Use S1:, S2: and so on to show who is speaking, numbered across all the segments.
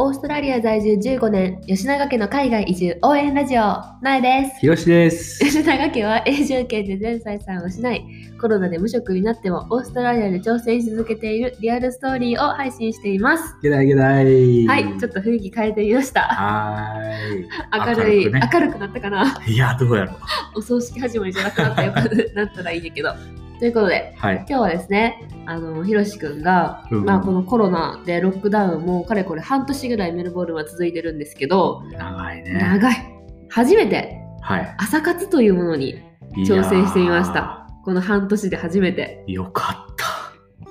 S1: オーストラリア在住15年、吉永家の海外移住応援ラジオ、なえです。
S2: ひろしです。
S1: 吉永家は永住権で全財産を失いコロナで無職になってもオーストラリアで挑戦し続けているリアルストーリーを配信しています
S2: ゲダイゲダイ。
S1: はいちょっと雰囲気変えてみました
S2: はー
S1: 明るい明
S2: 明るくね
S1: るくなったかな
S2: い。いや、どうやろう。
S1: お葬式始まりじゃなくなったよなったらいいんやけど ということで
S2: はい。
S1: 今日はですねあのひろしくんが、
S2: うん
S1: まあ、このコロナでロックダウンもかれこれ半年ぐらいメルボルンは続いてるんですけど
S2: 長いね。
S1: 長い初めて
S2: はい。
S1: 朝活というものに挑戦してみました。この半年で初めて
S2: よか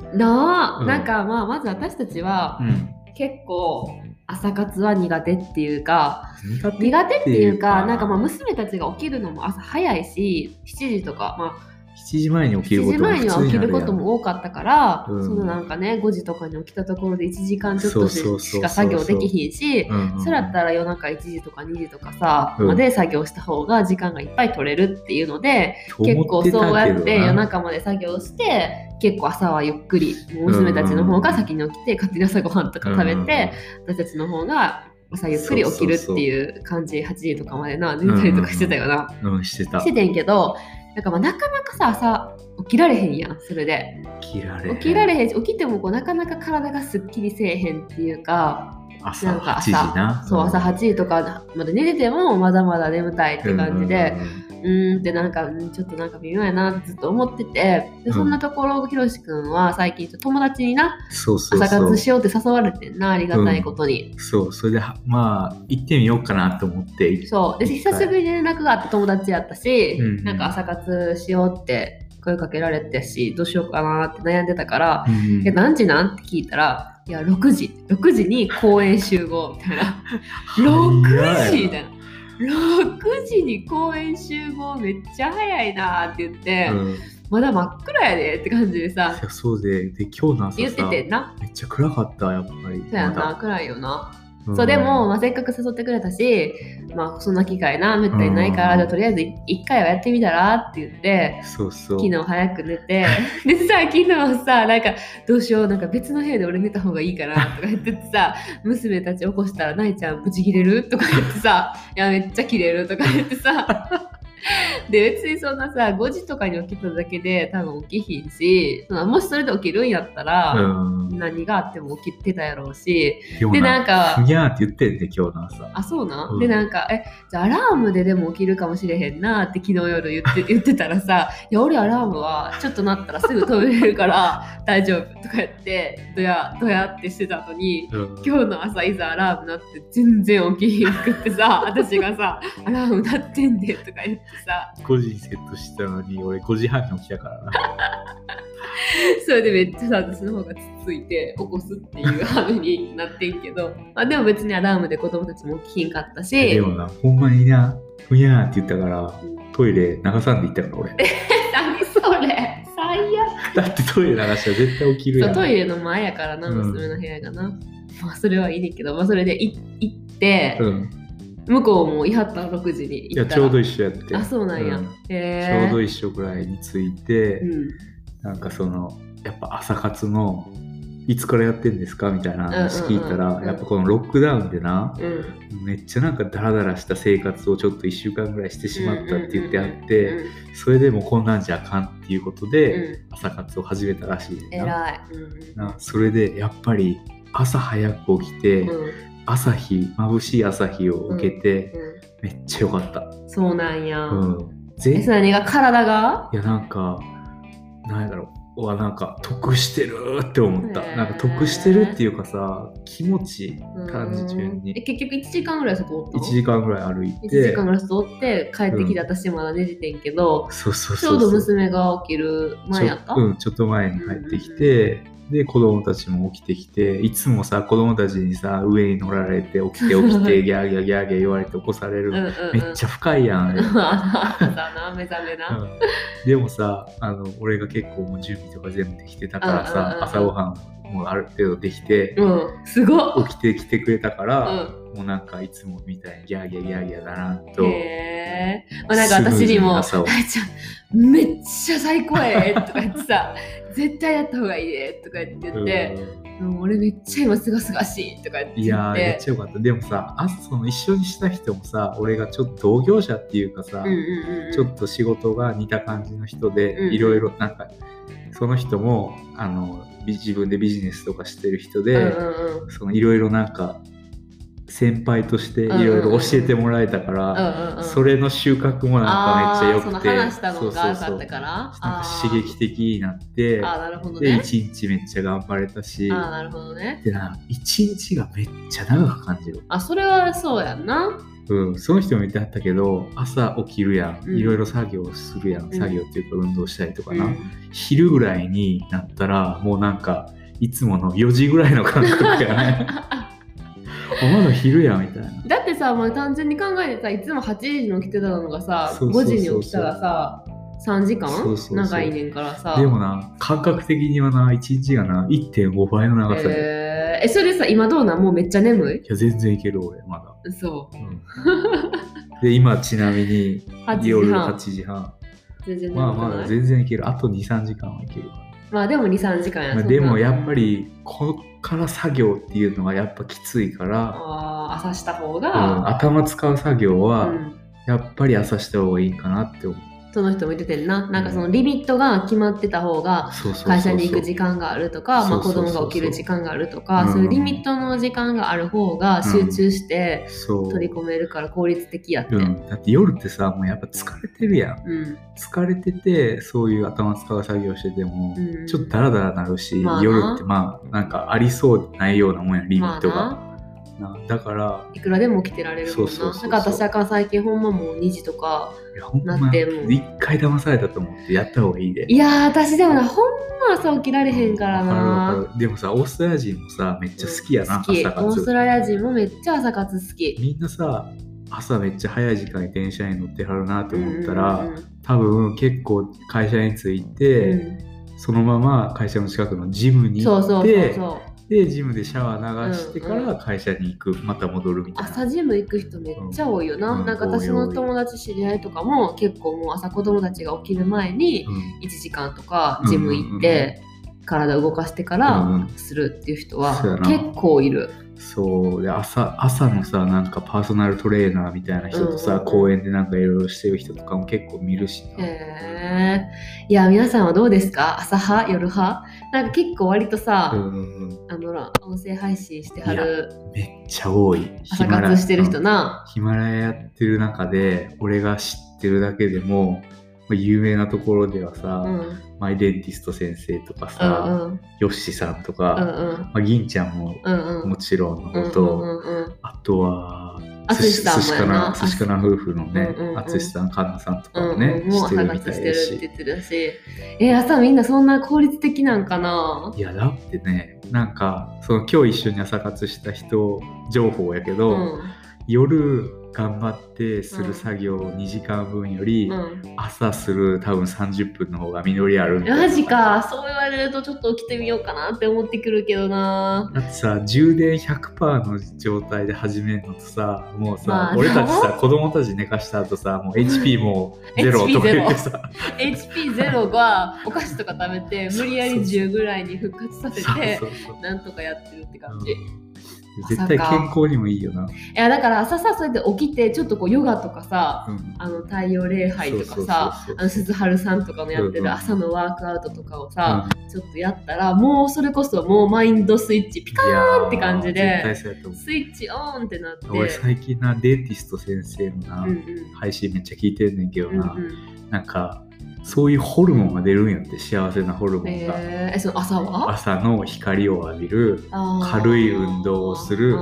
S2: った。
S1: なあ、
S2: うん
S1: なんかまあまず私たちは
S2: うん。
S1: 結構朝活は苦手っていうか
S2: 苦手
S1: 苦手っていう
S2: っていう
S1: か
S2: か
S1: なんかまあ娘たちが起きるのも朝早いし7時とか、まあ、
S2: 7時前に起きる
S1: 7
S2: こ
S1: 時
S2: とも
S1: 前
S2: 普
S1: に
S2: 通
S1: は起
S2: に
S1: きる
S2: なるや
S1: こ
S2: ん
S1: とも多かったから、
S2: うん
S1: そのなんかね5時とかに起きたところで1時間ちょっとし
S2: そうそうそうそう
S1: しか作業できひんし。
S2: うんうん
S1: それだったら夜中1時とか2時とかさ、
S2: うん
S1: まで作業した方が時間がいっぱい取れるっていうので、結構そうやって夜中まで作業して結構朝はゆっくりもう娘たちの方が先に起きて勝手に朝ごはんとか食べて、私たちの方が朝ゆっくり起きるっていう感じ8時とかまでな寝たりとかしてたよな、
S2: うん、してた
S1: し。ててんけどなんかまあなかなかさ朝起きられへんやんそれで
S2: 起きられへん。
S1: 起きられへんし起きてもこうなかなか体がすっきりせえへんっていうか
S2: 朝
S1: なんか
S2: 8
S1: 朝
S2: 時な。
S1: そう朝8時とかまで寝ててもまだまだ眠たいって感じで、うーんってなんかうんちょっとなんか微妙やなってずっと思っててで
S2: うん
S1: そんなところひろしくんは最近ちょっと友達にな
S2: そうそう
S1: 朝
S2: そう
S1: 活。しようって誘われてんなありがたいことに、
S2: そう、それで、はまあ、行ってみようかなと思って、行っ
S1: そうで
S2: はい
S1: 久しぶりに連絡があった友達やったし、
S2: うん
S1: なんか朝活しようって声かけられてたしどうしようかなって悩んでたから「
S2: うん
S1: え何時なん?」って聞いたら「いや6時6時に公園集合」みたいな「6時」みたいな。6時に公園集合めっちゃ早いなって言って、
S2: うんい
S1: まだ真っ暗やでって感じでさ
S2: やそうで、で、今日の朝さ、
S1: 言っててんな
S2: めっちゃ暗かった、やっぱり。
S1: そうや
S2: まだ
S1: な暗いよな、
S2: うん
S1: そうでも、まあ、せっかく誘ってくれたしまあそんな機会なめったにないから、
S2: うん
S1: じゃあとりあえず一回はやってみたらって言って
S2: そうそう。
S1: 昨日早く寝て でさ昨日さなんかどうしようなんか別の部屋で俺寝た方がいいかなとか言っててさ娘たち起こしたら「ないちゃんブチギレる?」とか言ってさ「いやめっちゃキレる」とか言ってさ で別にそんなさ5時とかに起きただけで多分起きひんしそのもしそれで起きるんやったら、
S2: うん。
S1: 何があっても起きてたやろうし
S2: 今
S1: で
S2: 日
S1: なん
S2: な、
S1: か
S2: ふにゃーって言ってんね、今日の朝。
S1: あそうな、
S2: うん
S1: でなんかえじゃあアラームででも起きるかもしれへんなって昨日夜言って言ってたら さ「いや俺アラームはちょっとなったらすぐ止めれるから 大丈夫」とか言ってドヤドヤってしてたのに。
S2: うん
S1: 今日の朝いざアラームなって全然起きひんくって さ私がさ「アラームなってんで」とか言ってさ
S2: 5時にセットしてたのに、俺5時半に起きたからな。
S1: それでめっちゃさ私の方がつついて起こすっていう羽目になってんけど、まあ、でも別にアラームで子供たちも起きひんかったし
S2: でもな、ほんまにな、ふにゃーって言ったから、トイレ流さんで行ったから、 俺。
S1: 何それ最悪
S2: だってトイレ流したら絶対起きるやん。
S1: トイレの前やからな
S2: うん
S1: 娘の部屋がな、まあそれはいいねんけど、まあ、それでい行って、
S2: うん。
S1: 向こうもいはったん6時に
S2: い
S1: 行
S2: や、
S1: った
S2: ち
S1: ら
S2: ょうど一緒やって。
S1: あそうなんや、
S2: うんち
S1: へ
S2: ょうど
S1: い
S2: 一緒ぐらいについて、
S1: うん
S2: なんかそのやっぱ朝活のいつからやってんですかみたいな話聞いた
S1: うんうん
S2: ら
S1: うん
S2: やっぱこのロックダウンでな
S1: うん
S2: めっちゃなんかダラダラした生活をちょっと1週間ぐらいしてしまったって言ってあっ
S1: う
S2: て
S1: ん
S2: それでもこんなんじゃあかんっていうことで
S1: う
S2: 朝活を始めたらしい
S1: ん
S2: ねんな
S1: 偉い、うん
S2: なそれでやっぱり朝早く起きて
S1: うん
S2: 朝日眩しい朝日を受けて
S1: う
S2: めっちゃ良かった
S1: ん、そうなんや、
S2: うん
S1: え
S2: 全
S1: それ何が体が
S2: いやなんかなんやろうわなんか得してるって思った
S1: へー
S2: なんか得してるっていうかさ気持ちいい単純
S1: うんえ
S2: に
S1: 結局1時間ぐらいそこおった
S2: 1
S1: の
S2: 時間ぐらい歩い
S1: 一時
S2: て
S1: 間ぐらいそこおって帰ってきて
S2: う
S1: 私まだ寝ててんけど、
S2: そうそう
S1: ちょ
S2: そうう
S1: ど
S2: そう
S1: 娘が起きる前やった、
S2: ちょうんちょっと前に帰ってきてで子供たちも起きてきていつもさ子供たちにさ上に乗られて起きて起き てギャーギャーギャーギャー言われて起こされる、
S1: うんうんうん、
S2: めっちゃ深いやんあれ、うん
S1: 朝な目覚めな、
S2: でもさあの俺が結構もう準備とか全部できてたからさ、
S1: うんうんうん
S2: 朝ごはんもある程度できて、
S1: うん、すごっ、
S2: 起きてきてくれたか
S1: う
S2: ら、
S1: ん、
S2: もうなんかいつもみたいにギャーギャーギャーギャーだなと。
S1: へえ、まあ、なんか私にも「
S2: スムーズに朝を
S1: 大ちゃんめっちゃ最高やえ」とか言ってさ 絶対やった方がいいでとか言って言って、
S2: う
S1: もう俺めっちゃ今すがすがしいとか言っ
S2: ん
S1: て
S2: いや
S1: 言
S2: ー
S1: っ
S2: めってちゃよかったでもさあその一緒にした人もさ俺がちょっと同業者っていうかさ、
S1: うんうんうん
S2: ちょっと仕事が似た感じの人で、
S1: うん
S2: いろいろなんかその人もあのび自分でビジネスとかしてる人
S1: うん
S2: で、
S1: うんうん
S2: そのいろいろなんか先輩としていろいろ教えてもらえたから、
S1: うんうんうん
S2: それの収穫もなんかめっちゃ良
S1: あー
S2: く
S1: そ
S2: て
S1: の話したのがあ
S2: そうそうそう
S1: ったから
S2: なんか刺激的になって
S1: あーなるほど
S2: で
S1: ね
S2: 一日めっちゃ頑張れたし
S1: あーなるほどね
S2: でな一日がめっちゃ長く感じる、
S1: あそれはそうやんな
S2: うん、その人も言ってあったけど朝起きるやん
S1: うん
S2: いろいろ作業するやん、
S1: ん
S2: 作業っていうか運動したりとかな、
S1: うん
S2: 昼ぐらいになったらもうなんかいつもの4時ぐらいの感覚や ねあまだ昼やみたいな
S1: だってさ、まあ、単純に考えてさいつも8時に起きてたのがさ
S2: そうそ
S1: 5
S2: うそうそう
S1: 時に起きたらさ3時間
S2: そうそうそう
S1: 長いねんからさ
S2: でもな感覚的にはな1日がな1.5倍の長さや、
S1: えーえそれでさ今どうなんもうめっちゃ眠い
S2: いや全然いける俺まだ、
S1: そ
S2: うん、 で今ちなみに
S1: う8時
S2: 夜
S1: 半
S2: 8時半
S1: 全然眠くない
S2: まあまだ全然いけるあと23時間はいける
S1: まあでも23時間や、
S2: まあ、
S1: そんな
S2: でもやっぱりここから作業っていうのがやっぱきついから、
S1: あー朝した方
S2: うん、
S1: が、
S2: 頭使う作業
S1: うん
S2: はやっぱり朝した方がいいかなって思う
S1: その人も言っててんななんかそのリミットが決まってた方が
S2: そうそうそうそう
S1: 会社に行く時間があるとか、まあ、
S2: そ
S1: 子
S2: うそうそう
S1: 供
S2: そう
S1: が起きる時間があるとか、
S2: うん
S1: そういうリミットの時間がある方が集中して
S2: そう、
S1: 取り込めるから効率的やって。
S2: う
S1: うん
S2: ん、だって夜ってさもうやっぱ疲れてるやん疲れててそういう頭使う作業してても、
S1: うん
S2: ちょっとダラダラなるし、
S1: まあな
S2: 夜ってまあなんかありそうでないようなもんやリミ
S1: ま
S2: ッ
S1: あ
S2: トが、
S1: な
S2: なだから
S1: いくらでも起きてられるもんな。
S2: そうそうそうそう
S1: なんか私あかん最近ほんまもう2時とか。
S2: いやほんま
S1: なっても
S2: 一回騙されたと思ってやった方がいいで
S1: いやー私でもなほんま朝起きられへんから
S2: わかる
S1: な。
S2: わかるでもさオーストラリア人もさめっちゃ好きやな、
S1: 好き。オ
S2: 朝
S1: ースト
S2: 活
S1: ラリア人もめっちゃ朝活好き。
S2: みんなさ朝めっちゃ早い時間に電車に乗ってはるなと思ったら、
S1: うんうん
S2: 多分結構会社に着い
S1: うん
S2: て、
S1: うん
S2: そのまま会社の近くのジムに
S1: そう
S2: 行っ
S1: そうそう
S2: て
S1: そう。
S2: でジムでシャワー流してか
S1: うんう
S2: ら会社に行く、また戻るみたいな。
S1: 朝ジム行く人めっちゃ多いよな、
S2: うん
S1: なんか私の友達知り合いとかも結構もう朝子供たちが起きる前に
S2: うん
S1: 1時間とかジム行って体動かしてか
S2: う
S1: ら
S2: ん
S1: するっていう人は
S2: そうやな
S1: 結構いる、
S2: そうで朝朝のさなんかパーソナルトレーナーみたいな人とさ、
S1: うんうんうん
S2: 公園でなんかいろいろしてる人とかも結構見るしな、
S1: へえいや皆さんはどうですか朝派夜派なんか結構割と
S2: う
S1: さ、
S2: んうんうん
S1: あのら音声配信してはる
S2: めっちゃ多い
S1: 朝活してる人
S2: うん
S1: な
S2: ヒマラヤやってる中で俺が知ってるだけでもまあ有名なところではさ、
S1: うんうん
S2: マイデンティスト先生とか
S1: う
S2: さ、
S1: ん
S2: ヨッシーさんと
S1: うんう
S2: か、
S1: ん
S2: まあ、銀ちゃんも
S1: うんうん
S2: もちろんの
S1: うん
S2: こと、
S1: うんうん
S2: あとは
S1: 淳
S2: 寿司
S1: さんもやな
S2: 寿司かな寿司かな夫婦のね
S1: うんうんうん
S2: 淳さん環奈さんとか
S1: う
S2: も
S1: ん
S2: ね、
S1: うん、もう
S2: してる
S1: 朝
S2: みた
S1: 活してるっ
S2: いだ
S1: て言
S2: し
S1: ってたし、え朝みんなそんな効率的なんかない
S2: やだってねなんかその今日一緒に朝活した人情報やけど、
S1: うん
S2: 夜頑張ってする作業2時間分より、
S1: うん、
S2: 朝する多分30分の方が実りあるみたいな
S1: マジかそう言われるとちょっと起きてみようかなって思ってくるけどな
S2: だってさ充電100%の状態で始めるのとさもうさ、
S1: まあ
S2: 俺たちさ子供たち寝かした後さもう HP もうゼロ
S1: HP
S2: とか言ってさ
S1: HP0 がお菓子とか食べて無理やり10ぐらいに復活させて
S2: そうそ うそう
S1: なんとかやってるって感じ、
S2: う
S1: い
S2: ん絶対健康にもいいよな、
S1: やだから朝さそうやって起きてちょっとこうヨガとかさ
S2: うん
S1: あの太陽礼拝とかさ
S2: そうそうそうそう
S1: あの鈴春さんとかのやって
S2: うんうん
S1: る朝のワークアウトとかをさ、ちょっとやったらもうそれこそもうマインドスイッチピカ
S2: いやー
S1: って感じで
S2: 絶対そうやと思
S1: スイッチオンってなって
S2: う俺最近なデンティスト先生のな、
S1: うんうん
S2: 配信めっちゃ聞いてんねんけど
S1: うん
S2: な、
S1: うん
S2: なんかそういうホルモンが出るんやって幸せなホルモンが、
S1: えーえその朝は
S2: 朝の光を浴びる
S1: あー
S2: 軽い運動をする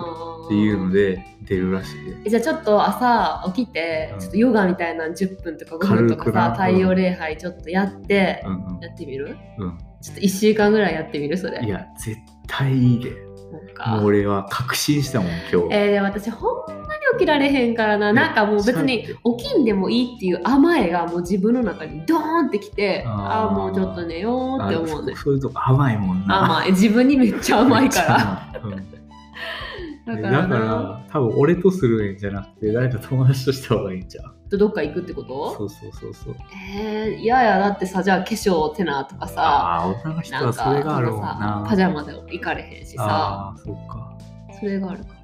S2: っていうので出るらしいで
S1: えじゃあちょっと朝起きて、
S2: うん
S1: ちょっとヨガみたいなの10分とか5分とか
S2: 軽くな
S1: さ太陽礼拝ちょっとやって、
S2: うんうん
S1: やってみる
S2: うん
S1: ちょっと1週間ぐらいやってみるそれ
S2: いや絶対いいで
S1: そう
S2: も
S1: か
S2: う俺は確信したもん今日、
S1: えーでも私ほんまに起きられへんからななんかもう別に起きんでもいいっていう甘えがもう自分の中にドーンってきてあ
S2: あー
S1: あーもうちょっと寝ようって思うね
S2: あそそういうとこ甘いもんな
S1: 甘い自分にめっちゃ甘いから
S2: ら、うん
S1: だ
S2: だ
S1: か
S2: からら多分俺とするんじゃなくて誰か友達とした方がいいんちゃう
S1: とどっか行くってこと
S2: そうそうそうそう
S1: えー、いややだってさじゃあ化粧手なとかさ
S2: ああー女の人
S1: なん
S2: は
S1: か
S2: それがあるもん
S1: さ
S2: な
S1: パジャマで行かれへんしさ
S2: ああーそうか
S1: それがあるから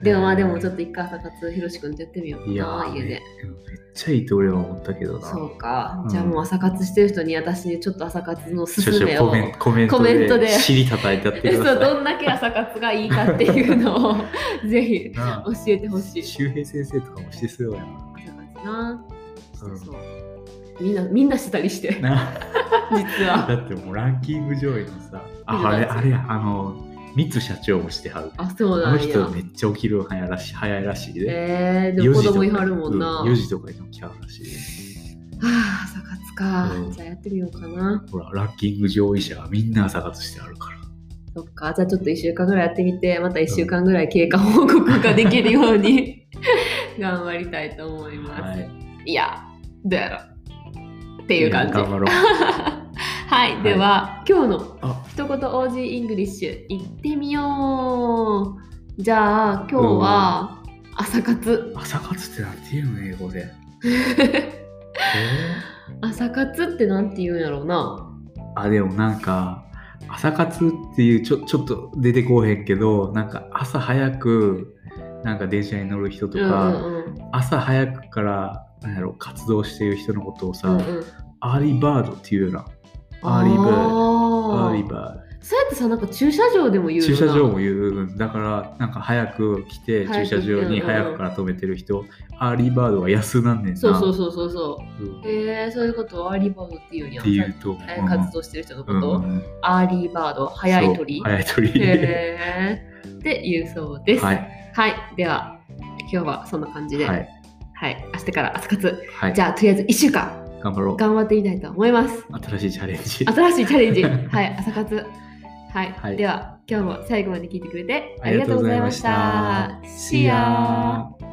S1: でもまあでもちょっ
S2: と
S1: と一回朝活ひろしくんとやってみよう
S2: いや
S1: かな
S2: ー
S1: 家で
S2: めっちゃいいと俺は思ったけどな
S1: そうか、
S2: うん
S1: じゃあもう朝活してる人に私にちょっと朝活のす
S2: ちょ
S1: す
S2: ち
S1: め
S2: ょ
S1: を
S2: コメンコメント
S1: コメントで
S2: で尻叩いてやって
S1: え
S2: く
S1: そう
S2: ださい
S1: どんだけ朝活がいいかっていうのを ぜひ
S2: な
S1: 教
S2: あ
S1: えてほしい朝
S2: 周平先生とかもしてそうやな
S1: 活なそううんそうみんなみんなしてたりして
S2: な
S1: 実は
S2: だってもうランキング上位のさああ
S1: い
S2: れ
S1: るやつ
S2: あれやあの三つ社長もしてはる
S1: あそうな
S2: あの
S1: ん
S2: 人
S1: や
S2: めっちゃ起きるの早いらしい早いらしいで、
S1: えー、で
S2: 4
S1: も子
S2: 時と
S1: 供
S2: か
S1: いはるもんな、
S2: う4時とかに起きはるらしい
S1: はあ朝活か、
S2: うん
S1: じゃあやってみようかな
S2: ほらランキング上位者はみんな朝活してあるから
S1: そっかじゃあちょっと1週間ぐらいやってみてまた1週間ぐらい経過報告ができるように頑張りたいと思います、
S2: はい
S1: いや、どうやろっていう感じ。
S2: 頑張ろ う
S1: はい、
S2: い
S1: では、今日の
S2: あ
S1: 一言 OG イングリッシュ、行ってみよう。じゃあ、今日は朝活。
S2: 朝活ってなんて言うの英語でえ
S1: 朝活ってなんて言うんやろうな。
S2: ーあでもなんか朝活っていうちょちょっと出てこうへんけどなんか朝早くなんか電車に乗る人と
S1: うんう
S2: か、
S1: んうん
S2: 朝早くからなんやろ活動している人のことをさ、
S1: うんうん。
S2: アーリーバードっていうようなアーリーバード
S1: あ
S2: アーリーバード
S1: そうやってさ、なんか駐車場でも言うよな
S2: 駐車場も言うんだからなんか早く来て
S1: 早
S2: 駐
S1: く
S2: 車場に
S1: うんうんうん
S2: 早くから止めてる人アーリーバードは安なんねんな
S1: そうそうそうそうそう。
S2: うん
S1: えー、そういうことをアーリーバードっていうんや
S2: っていうと思う
S1: 早く活動してる人のこ
S2: うん
S1: と、
S2: うん
S1: アーリーバード、早い鳥。
S2: そう早い鳥、
S1: へーって言うそうです。
S2: は
S1: はい、
S2: い
S1: では今日はそんな感じで、
S2: は
S1: はい、
S2: い
S1: 明日から朝活、
S2: はい
S1: じゃあとりあえず1週間
S2: 頑張ろ
S1: 頑張っていきたいと思います。
S2: う新しいチャレンジ
S1: 新しいチャレン ジ、はい、朝活、はい、
S2: はい
S1: では今日も最後まで聞いてくれてあ
S2: あ
S1: り
S2: り
S1: が
S2: が
S1: とう
S2: と
S1: ござ
S2: うござ
S1: い
S2: い
S1: ま
S2: ま
S1: し
S2: したた。
S1: See ya.